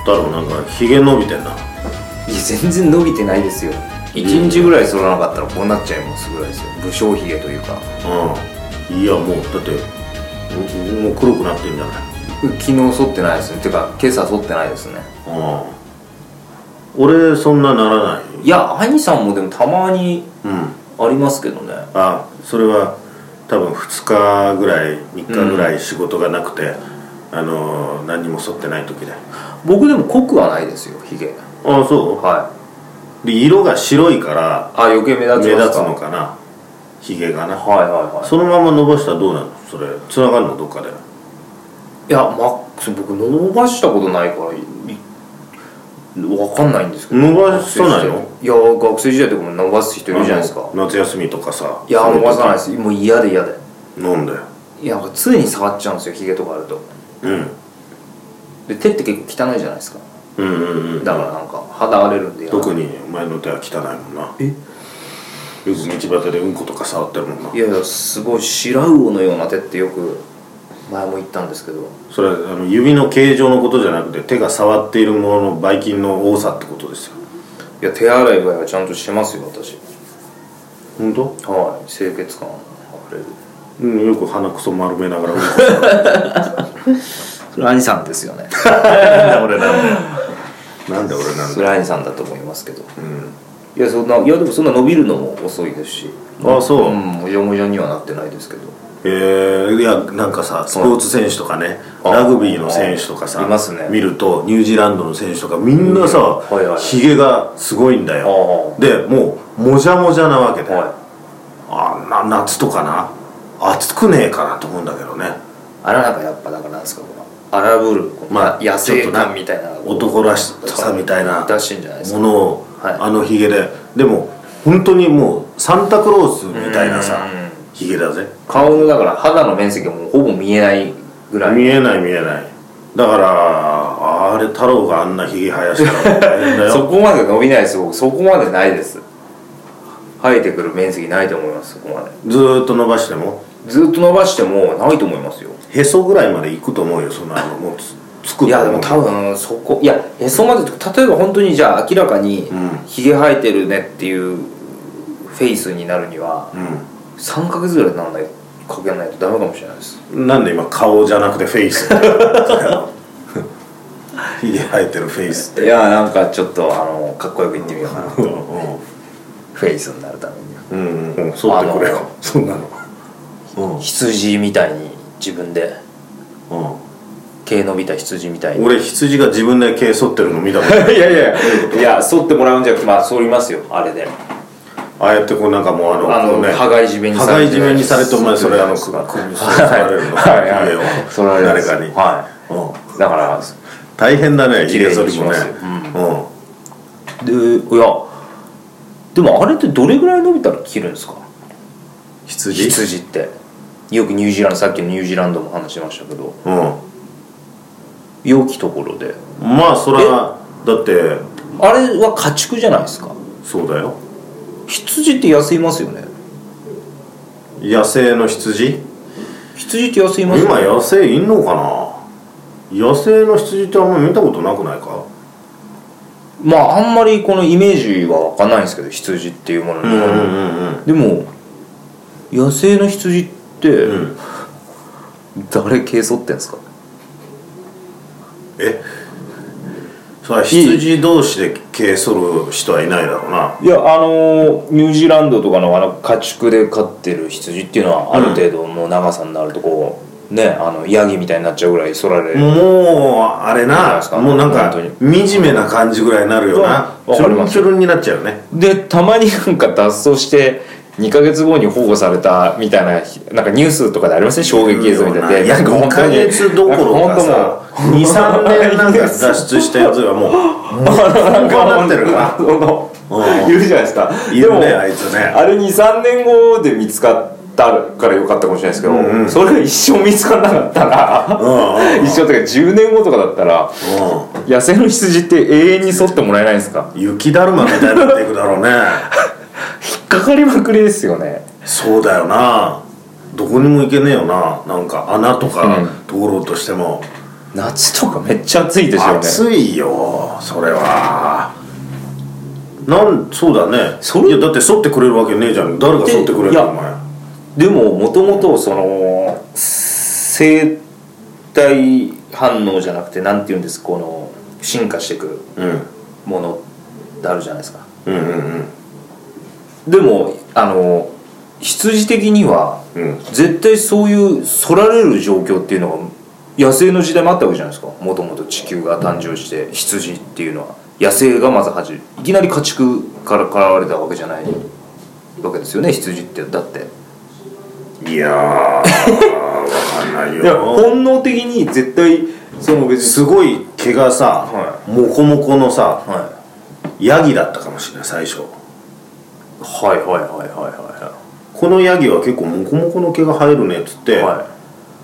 太郎なんかひげ伸びてんないや全然伸びてないですよ1日ぐらい剃らなかったらこうなっちゃいますぐらいですよ武将ひげというかうんいやもうだってもうもう黒くなってんじゃない昨日剃ってないですねてか今朝剃ってないですねうん俺そんなならないいや兄さんもでもたまにうんありますけどねあそれは多分2日ぐらい3日ぐらい仕事がなくて、あの何にも剃ってない時であ僕でも濃くはないですよひげそはいうで色が白いからあ余計目立目ちま立すつかのかなひげがなはいはいはいそのまま伸ばしたらどうなのそれつながるのどっかでいやマックス僕伸ばしたことないからいいわかんないんですけど伸ばさないのいや学生時代とかも伸ばす人いるじゃないですかあの夏休みとかさいや伸ばさないいですもう嫌で嫌でなんだよいやなんか常に触っちゃうんですよひげとかあるとうんで手って結構汚いじゃないですかうんうんうんだからなんか肌荒れるんで嫌な特にお前の手は汚いもんなえよく道端でうんことか触ってるもんないやいやすごい白魚のような手ってよく前も言ったんですけどそれはあの指の形状のことじゃなくて手が触っているもののばい菌の多さってことですよいや手洗い具合はちゃんとしてますよ私本当？はい清潔感あふれるうんよく鼻くそ丸めな がらうんこそれ兄さんですよね俺なんだなんで俺なん そだれ兄さんだと思いますけどうんいやそんないやでもそんな伸びるのも遅いですしあそううんもじゃもじゃにはなってないですけどえー、いやなんかさスポーツ選手とかねあラグビーの選手とかさいますね見るとニュージーランドの選手とかみんなさうんはいはいひげ、がすごいんだよはでもうもじゃもじゃなわけで、いあな夏とかな暑くねえかなと思うんだけどねあれはなんかやっぱだからなんですかこの荒ぶるこのまあ野生ちょっと感なみたいな男らしさみたいな出してんじゃないですもかのを、はいあのひげででも本当にもうサンタクロースみたいなさうんひげだぜ顔のだから肌の面積がもうほぼ見えないぐらい見えない見えないだからあれ太郎があんなひげ生やしたら大変だよ そこまで伸びないです僕そこまでないです生えてくる面積ないと思いますそこまでずーっと伸ばしてもずっと伸ばしてもないと思いますよへそぐらいまで行くと思うよそんなのもうつつくと思ういやでも多分そこいやへそまで例えば本当にじゃあ明らかにんひげ生えてるねっていうフェイスになるには3ヶ月ぐらいなんないかけないとダメかもしれないですうんなんで今顔じゃなくてフェイ スひげ生えてるフェイスいやなんかちょっとあのかっこよく言ってみようかなうん フェイスになるためうにんうんそうってくれあよのそんなのうん 羊みたいに自分で毛伸びた羊みた いうんに俺羊が自分で毛剃ってるの見たこといやいやいや剃ってもらうんじゃなくてまあ剃りますよあれでああやってこうなんかもうあのあこうねの羽交い締めに羽交い締めにされてお前それあのそ首うをさられるのはいはい髭を剃られま誰すかにはういだからん大変だねひ綺麗げに剃りもねしますようんでいやでもあれってどれぐらい伸びたら切るんですか羊羊ってよくニュージーランドさっきのニュージーランドも話しましたけどうん良きところでまあそれはだってあれは家畜じゃないですかそうだよ羊って痩せますよね野生の羊羊って痩せますよ今ね野生いんのかな野生の羊ってあんま見たことなくないかまああんまりこのイメージは湧かないんですけど羊っていうものに、んうんでも野生の羊って、ん誰系剃ってんすかえそれは羊同士で毛剃る人はいないだろうないやあのーニュージーランドとかのあの家畜で飼ってる羊っていうのはある程度の長さになるとこう、ねあのヤギみたいになっちゃうぐらい剃られる、もうあれいなですかもうなんか本惨めな感じぐらいになるよなうんわチかュりルまンすチュルンになっちゃうよねでたまになんか脱走して2ヶ月後に保護されたみたいななんかニュースとかでありますね衝撃映像みたいでいなやんか2ヶ月どころかなんかさ23年なんか脱出したやつが もうなんかなってる からそのうんいるじゃないですかいるねでもあいつねあれ23年後で見つかったからよかったかもしれないですけど、それが一生見つからなかったら、うん一生っていうか10年後とかだったらうん野生の羊って永遠に剃ってもらえないんですか雪だるまみたいになっていくだろうね引っかかりまくりですよねそうだよなどこにも行けねえよななんか穴とうかん通ろうとしても、夏とかめっちゃ暑いですよね暑いよそれはなんそうだねそれいやだって剃ってくれるわけねえじゃん誰が剃ってくれるいやのお前でももともとその生体反応じゃなくてなんて言うんですこの進化していくうんものってあるじゃないですかうんうんでもあの羊的にはうんうん絶対そういうそられる状況っていうのが野生の時代もあったわけじゃないですかもともと地球が誕生して羊っていうのは野生がまず始めいきなり家畜からからわれたわけじゃないわけですよね羊ってだって いやーわかんないいやよ本能的に絶対その別にすごい毛がさ、はモコモコのさはヤギだったかもしれない最初い、はいはいはいはこのヤギは結構モコモコの毛が生えるねっつっいはいて、は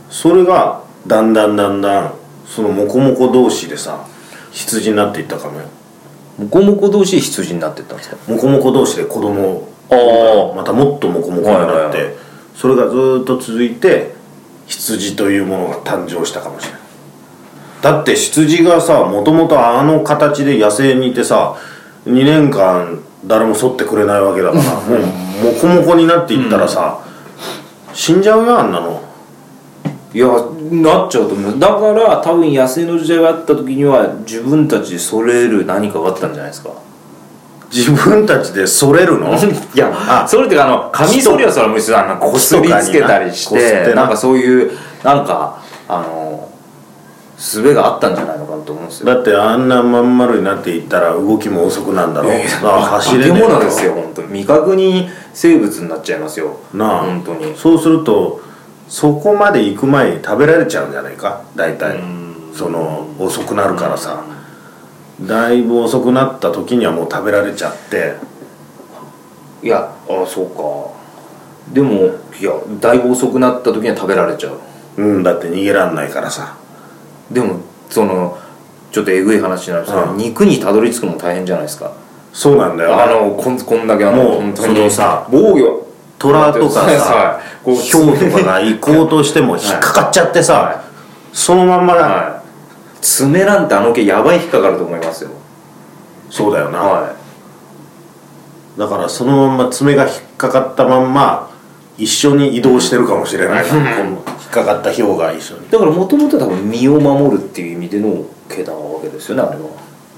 それがだんだんだんだんそのモコモコ同士でさ羊になっていったかもよいモコモコ同士羊になってったんですかモコモコ同士で子供ああまたもっとモコモコになって、はいはいはそれがずーっと続いて羊というものが誕生したかもしれないだって羊がさもともとあの形で野生にいてさ2年間誰も剃ってくれないわけだからもうモコモコになっていったらさ、死んじゃうよあんなのいやなっちゃうと思うだから多分野生の時代があった時には自分たちでそれる何かがあったんじゃないですか自分たちで剃れるのいやあそれっていうかあのカミソリはそれは無理ですよあのこすりつけたりしこすっててななんかそういうなんかあの術があったんじゃないのかなと思うんですよだってあんなまん丸になっていったら動きも遅くなんだろうあ走れねえ建だろ物ですよ本当に未確認生物になっちゃいますよなあ本当にそうするとそこまで行く前に食べられちゃうんじゃないか大体その遅くなるからさだいぶ遅くなった時にはもう食べられちゃっていやあそうかでもいやだいぶ遅くなった時には食べられちゃううんだって逃げらんないからさでもそのちょっとえぐい話になるんですけど、う肉にたどり着くのも大変じゃないですかそうなんだあよのこんこんだけあのもう本当そにのさ防御虎とかさはいこうヒョウとかが行こうとしても引っかかっちゃってさはそのまんまい、だはい、爪なんてあの毛やばい引っかかると思いますよそうだよなはだからそのまんま爪が引っかかったまんま一緒に移動してるかもしれないなこの引っかかったヒョウが一緒にいだからもともと多分身を守るっていう意味での毛なわけですよねあれは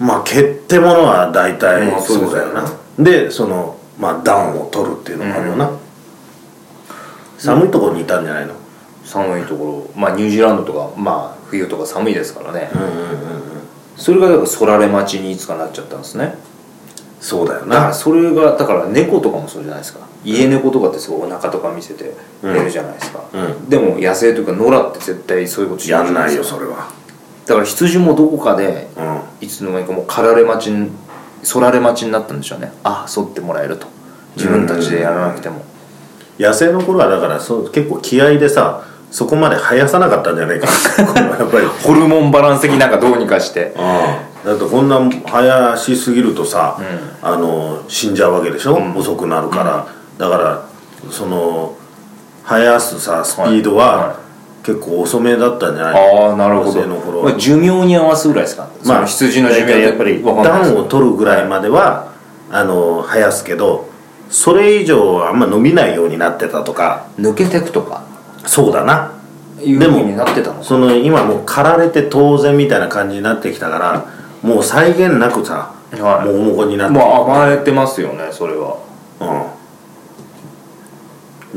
まあ毛ってものは大ま体あそうだよな、でそのまあ暖を取るっていうのもあるよな、寒いところにいたんじゃないの寒いところまあニュージーランドとかまあ冬とか寒いですからね、うんうんうんうんそれがだからそられ待ちにいつかなっちゃったんですねそうだよだからなそれがだから猫とかもそうじゃないですか家猫とかってすごいお腹とか見せて寝るじゃないですか、うんでも野生というか野良って絶対そういうことしやんじゃないでよすかそれはだから羊もどこかでうんいつの間にかもう狩られ待ちにそられ待ちになったんでしょうねあ剃ってもらえると自分たちでやらなくても野生の頃はだからそう結構気合でさそこまで生やさなかったんじゃないか なこれはやっぱりホルモンバランス的になんかどうにかしてだってこんな生やしすぎるとさ、あの死んじゃうわけでしょ、遅くなるから、だからその生やすさスピードはいはは結構遅めだったんじゃない、ああなるほ女性の頃ど、はまあ、寿命に合わすぐらいですか、まあ、羊の寿命大体やっぱりわかんないです暖を取るぐらいまではあの生やすけどそれ以上あんま伸びないようになってたとか抜けてくとかそうだないうふうになってたのその今もう狩られて当然みたいな感じになってきたからもう再現なくさ、はいもう重こになってまあ甘えてますよねそれはう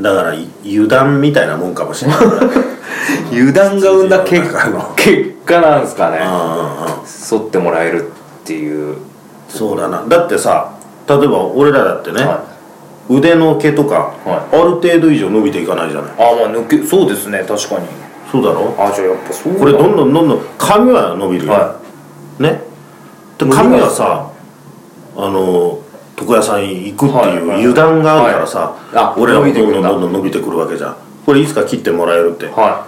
んだからい油断みたいなもんかもし れないうんうんうん油断が生んだ結羊の中の果結果なんですかね剃ってもらえるっていうそうだなだってさ例えば俺らだってね、は腕の毛とか、はある程度以上伸びていかないじゃないああまあ抜けそうですね確かにそうだろあじゃあやっぱそうこれどんどんどんどん髪は伸びるよ、はねで伸びます髪はさあの床屋さん行くっていうはい油断があるからさ、はいあ俺らは伸びてどくんどんるんだどんどん伸びてくるわけじゃんこれいつか切ってもらえるっていは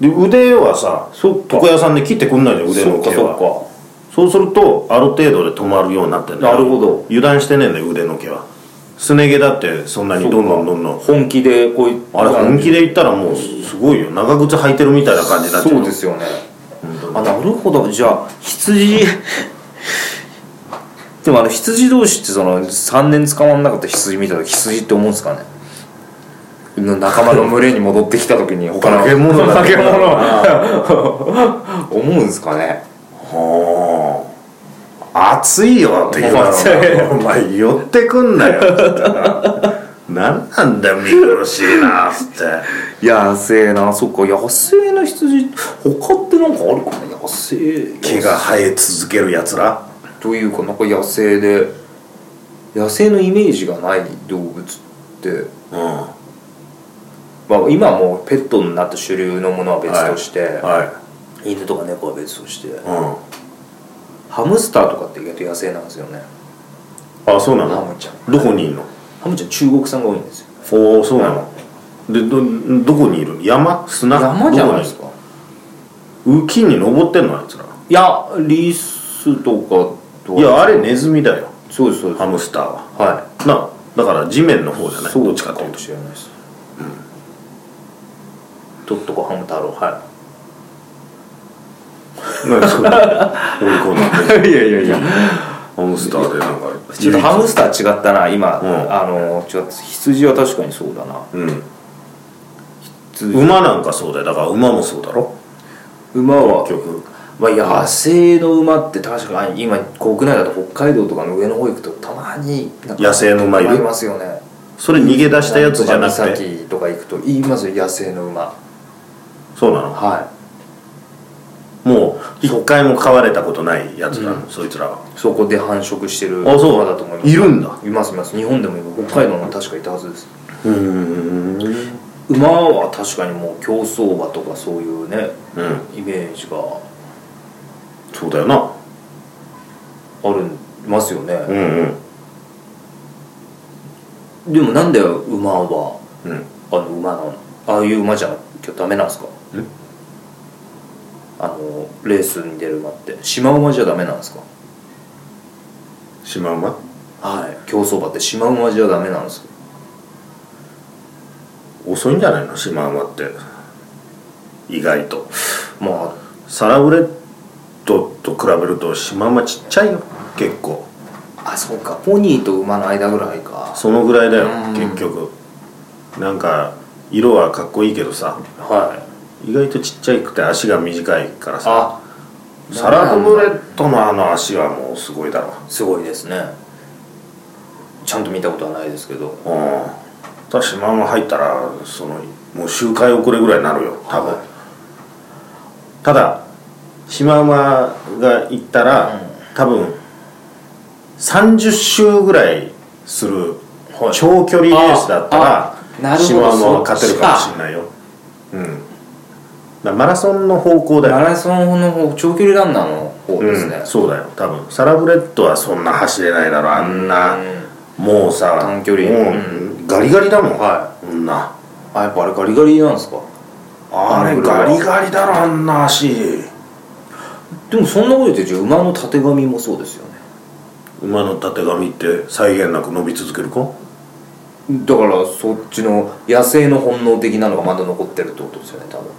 で腕はさいそっ床屋さんで切ってくんないじゃん腕そのっか毛そはっそうするとある程度で止まるようになってんだよなるほど油断してねえんだよ腕の毛はすね毛だってそんなにどんどんどんどかん本気でこういうあれ本気で言ったらもうすごいよ長靴履いてるみたいな感じになっちゃうそうですよね本当あなるほどじゃあ羊 でもあの羊同士ってその3年捕まんなかった羊見た時羊って思うんですかねの仲間の群れに戻ってきた時に他の化け物 だ化け物 思うんですかねはあ暑いよって言うだろうなお前寄ってくんな よっつってな何なんだよ見苦しいなっつって野生なそっか野生の羊他ってなんかあるかな野生毛が生え続けるやつらというかなんか野生で野生のイメージがない動物って、うんはまあ、今はもうペットになった主流のものは別として、い犬とか猫は別としてうハムスターとかって意外と野生なんですよねんあそうなハのムちゃんどこにいるのハムちゃん中国産が多いんですよおおそうなのでどどこにいる山砂山じゃないですかどこにいる浮きに登ってんのあいつらいやリスとかといやあれネズミだよそうですそうですハムスターははなだから地面の方じゃいないそうどっちかっていうもとしれないですドットコハム太郎はなんかそう 追い込んでいいやいやい やハムスターでなんかちょっとハムスター違ったな今、うんあの違う羊は確かにそうだなうん羊馬なんかそうだよだから馬もそうだろ馬は曲まあ、野生の馬って確かに今国内だと北海道とかの上の方行くとたまになんか野生の馬いるいますよねそれ逃げ出したやつじゃなくて岬とか行くと言いますよ野生の馬そうなのはもう一回も飼われたことないやつなの、そいつらはいそこで繁殖してるあそう馬だと思いますいるんだいますいます日本でも今北海道の確かいたはずですうん馬は確かにもう競走馬とかそういうねうんイメージがそうだよなあるんますよね、うんうんでもなんで馬はうんあの馬なのああいう馬じゃなきゃダメなんですかえあのレースに出る馬ってシマウマじゃダメなんですかシマウマはい競走馬ってシマウマじゃダメなんですか遅いんじゃないのシマウマって意外とまサラブレッドと比べるとシマウマちっちゃいよ結構ああそうかポニーと馬の間ぐらいかそのぐらいだようん結局なんか色はかっこいいけどさはい意外とちっちゃくて足が短いからさあサラブレッドのあの足はもうすごいだろすごいですねちゃんと見たことはないですけどうんただシマウマ入ったらそのもう周回遅れぐらいになるよ多分、はいただシマウマが行ったら、多分30周ぐらいするはい長距離レースだったらああなるほどシマウマは勝てるかもしれないようんだからマラソンの方向だよマラソンの方長距離ランナーの方ですねうん、、そうだよ多分サラブレッドはそんな走れないだろあんなもうさ短距離もうガリガリだもんはこんなあやっぱあれガリガリなんですかあれのぐらいはガリガリだろあんな足でもそんなこと言ってじゃあ馬のたてがみもそうですよね馬のたてがみって際限なく伸び続けるかだからそっちの野生の本能的なのがまだ残ってるってことですよね多分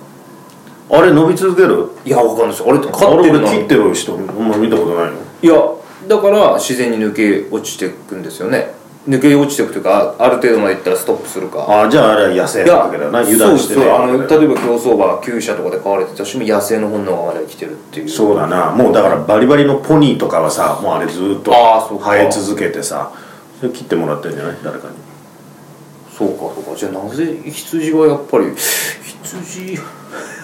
あれ伸び続けるいやわかんないですあれってあ飼ってれ俺るの切ってる人あんま見たことないのいやだから自然に抜け落ちていくんですよね抜け落ちていくというかあある程度までいったらストップするかあじゃああれは野生いなやわけだよな油断してそうねですそうあの例えば競走馬厩舎とかで飼われてたしも野生の本能がまだ生きてるっていうそうだなもうだからバリバリのポニーとかはさもうあれずーっとあーそうか生え続けてさそれ切ってもらってるんじゃない誰かにそうかそうかじゃあなぜ羊はやっぱり羊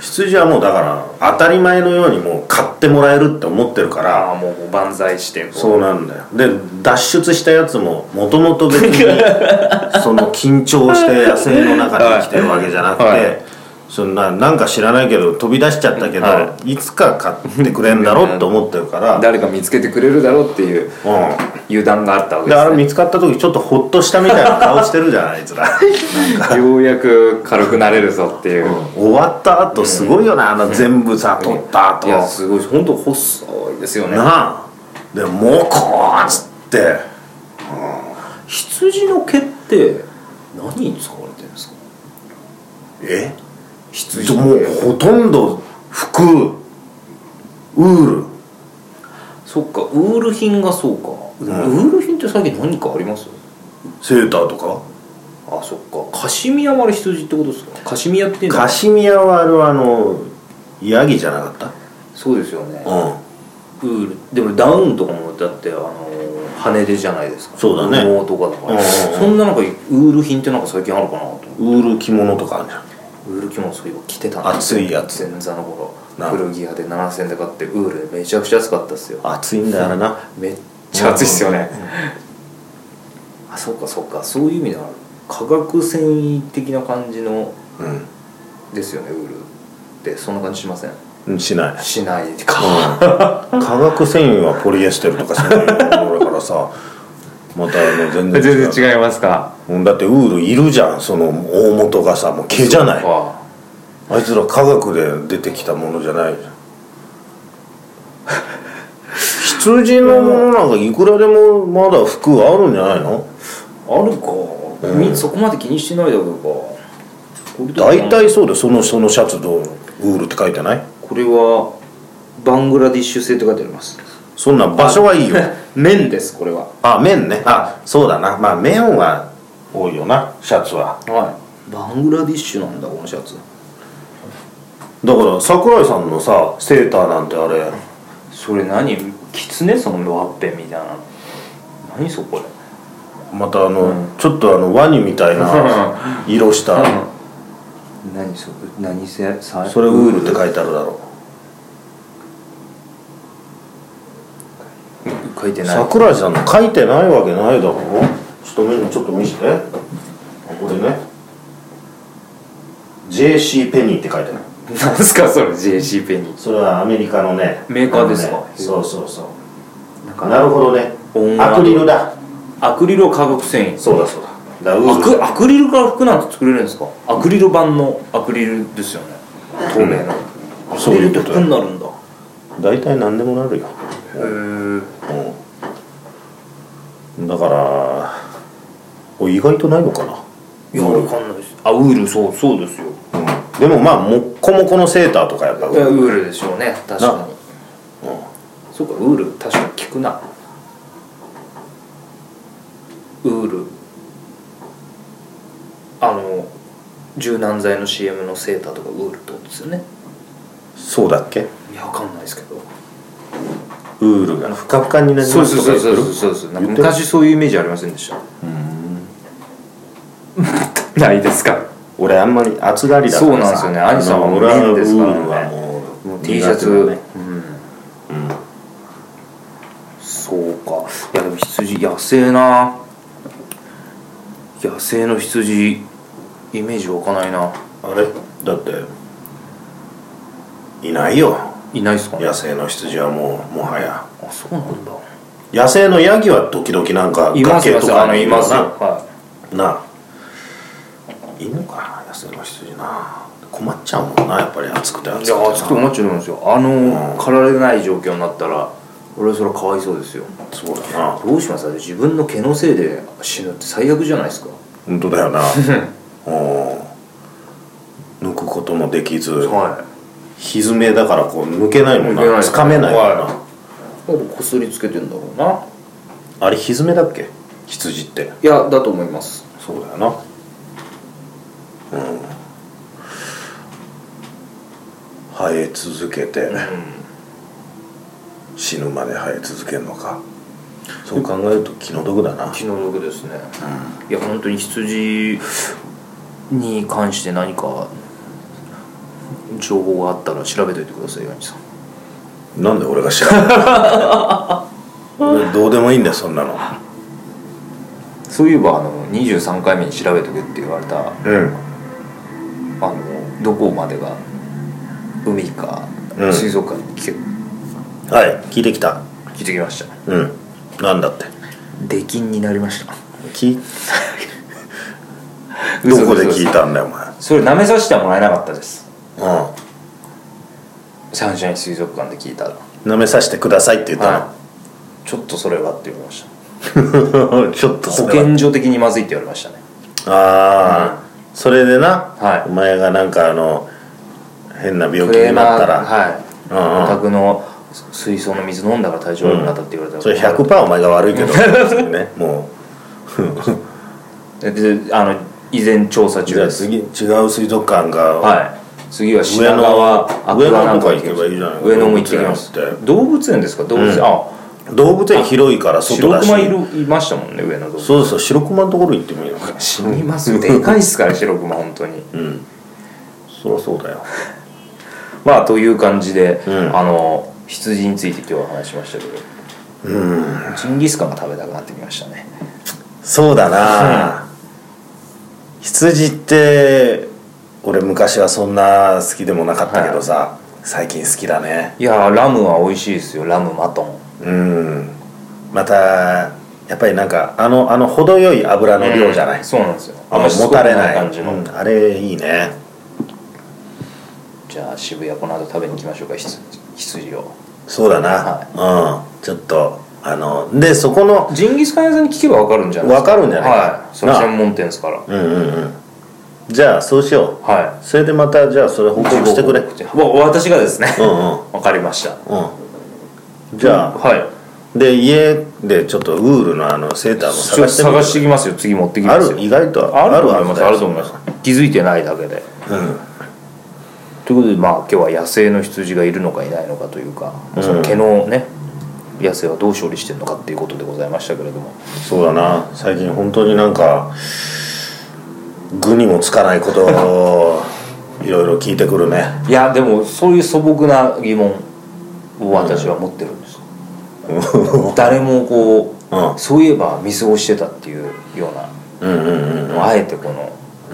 羊はもうだから当たり前のようにもう買ってもらえるって思ってるからああもう万歳してこうそうなんだよで脱出したやつももともと別にその緊張して野生の中に生きてるわけじゃなくて、はいそんななんか知らないけど飛び出しちゃったけど、、はいつか買ってくれんだろうって思ってるから、 う、誰か見つけてくれるだろうっていうん油断があったわけでです、ね、あれ見つかった時ちょっとホッとしたみたいな顔してるじゃないあいつらようやく軽くなれるぞっていう、終わった後すごいよな、あの全部さ、取った後いやすごい本当細いですよねなあでもうこうっつって羊の毛って何に使われてるんですかえ羊もうほとんど服ウールそっかウール品がそうか、でもウール品って最近何かありますセーターとかあそっかカシミヤもあれ羊ってことですかカシミヤっていうのはカシミヤはあれはあのヤギじゃなかっそうですよねたうんウールでもダウンとかもだってあのー羽でじゃないですかそうだね羽毛とかだうから、んうんうんそんな中ウール品ってなんか最近あるかなと思ってウール着物とかあるじゃんウール着物そういえば着てた暑いやつ前座の頃な古着屋で7000円で買ってウールめちゃくちゃ安かったっすよ暑いんだよあれなめっちゃ暑いっすよね、あそうかそうかそういう意味では化学繊維的な感じのですよねウールってそんな感じしませんうんしないしないか、化学繊維はポリエステルとかしないよ 俺からさまたあの全然違う全然違いますかうんだってウールいるじゃんその大元がさもう毛じゃないああいつら科学で出てきたものじゃない じゃん羊のものなんかいくらでもまだ服あるんじゃないのあるか、うんみそこまで気にしてないだけか俺とか大体そうでそのそのシャツどうウールって書いてないこれはバングラディッシュ製って書いてあります そんな場所はいいよ 綿ですこれはあ麺ねあそうだなまあ麺は多いよなシャツははいバングラディッシュなんだこのシャツだから桜井さんのさセーターなんてあれそれ何キツネそのワッペンみたいなの何そこれまたあの、ちょっとあのワニみたい な色した何そこ何せさそれウールって書いてあるだろ書いてうない桜井さんの書いてないわけないだろちょっと見ちょっと見してこれね JC ペニーって書いてない何すかそれ JC ペニそれはアメリカのねメーカーですかあのねそうそうそうーなんなるほどねオンアクリルだアクリルは化学繊維そうだそうだだからウアールクアクリルから服なんて作れるんですかアクリル板のアクリルですよね透明の、アクそうリいルうってこことうになるんだ大体何でもなるよへうんだからお意外とないのかなえいやわかんないですあウールそうそうですよでもまあもっこもこのセーターとかやっぱウールでしょうね確かにそうかウール確かに効くなウールあの柔軟剤の CM のセーターとかウールってことですよねそうだっけいやわかんないですけどウールがふかふかになりそうますそうとかそ言うってそるうそうそうなんか言ってる昔そういうイメージありませんでした ないですか俺あんまり厚がりだからそうなんですよね兄さんはあの俺は麺ですからねウールはもうもう T シャツ、苦手だねうんそうかいやでも羊野生な野生の羊イメージ湧かないなあれだっていないよいないっすかね野生の羊はもうもはやあそうなんだ野生のヤギは時々なんかいますい崖とますかあのいるますよなはなあいいのかな野生の羊な困っちゃうもんなやっぱり暑くてい暑いや熱くくてて思っちゃうんですよあのうん狩られない状況になったら俺はそれはかわいそうですよそうだなどうしますだって自分の毛のせいで死ぬって最悪じゃないですか本当だ よなうん抜くこともできずは蹄めだからこう抜けないもんな抜けない掴めないもんな、は多分こすりつけてんだろうなあれ蹄めだっけ羊っていやだと思いますそうだよなうん生え続けて、死ぬまで生え続けるのかそう考えると気の毒だな気の毒ですね、いや本当に羊に関して何か情報があったら調べといてください岩井さんなんで俺が知らない 俺どうでもいいんだよそんなのそういえばあの23回目に調べとけって言われたあうんのどこまでが海かうん水族館に聞,、はい聞いてきた聞いてきましたうんなんだって出禁になりました聞いどこで聞いたんだよそれ舐めさせてはもらえなかったですお前うんサンシャイン水族館で聞いたら、舐めさせてくださいって言ったの、はい、ちょっとそれはって言われまし たちょっとそ保れは健所的にまずいって言われましたねああ、それでな、はいお前がなんかあの変な病気になったら、はいうんうんお宅の水槽の水飲んだから体調悪くなったって言われたら、それ100%お前が悪いけどねもであの依然調査う中じゃあです次違う水族館がはい次は品川アク上アラ野ンとか行けばいいじゃない上野も行ってきます動物園っ動物園ですか動物園、あ動物園広いから外白だし熊いるいましたもんね上野動物園そうそう白熊のところ行ってもいいのか死にますよでかいっすから白熊本当にうんそりゃそうだよまあという感じで、うんあの羊について今日は話しましたけどうんジンギスカンが食べたくなってきましたねそうだな、羊って俺昔はそんな好きでもなかったけどさ、最近好きだねいやーラムは美味しいですよラムマトンうんまたやっぱりなんかあのあの程よい油の量じゃない、うんそうなんですよあんんままりりもたれない感じの、うんあれいいねじゃあ渋谷この後食べに行きましょうか羊羊をそうだな、うんちょっとあのでそこのジンギスカン屋さんに聞けば分かるんじゃないです分かるんじゃないはいそれなあ専門店ですからうんうんうんじゃあそうしよはうそれでまたじゃあそれ報告いしてくれうわ私がですね、んうん分かりましたうんじゃあはいで家でちょっとウールのあのセーターもちょ探っとしてみる探してきますよ次持ってきあますよる意外とあるとは思いまずすだよあると思います気づいてないだけでということでまあ今日は野生の羊がいるのかいないのかというか、その毛のね野生はどう処理してるのかっていうことでございましたけれどもうんそうだな最近本当になんか具にもつかないことをいろいろ聞いてくるね いやでもそういう素朴な疑問を私は持ってるんです、誰もこう、うんそういえば見過ごしてたっていうような、うんうんうんあえてこ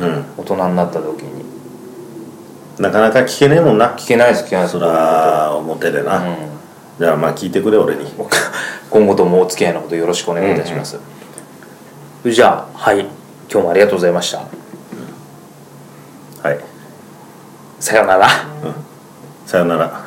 のうん大人になった時になかなか聞けねえもんな聞けないです聞けないです そ、ら表でな、うんじゃあまあ聞いてくれ俺に今後ともお付き合いのほどよろしくお願いいたします、じゃあはい今日もありがとうございましたはいさようならさよなら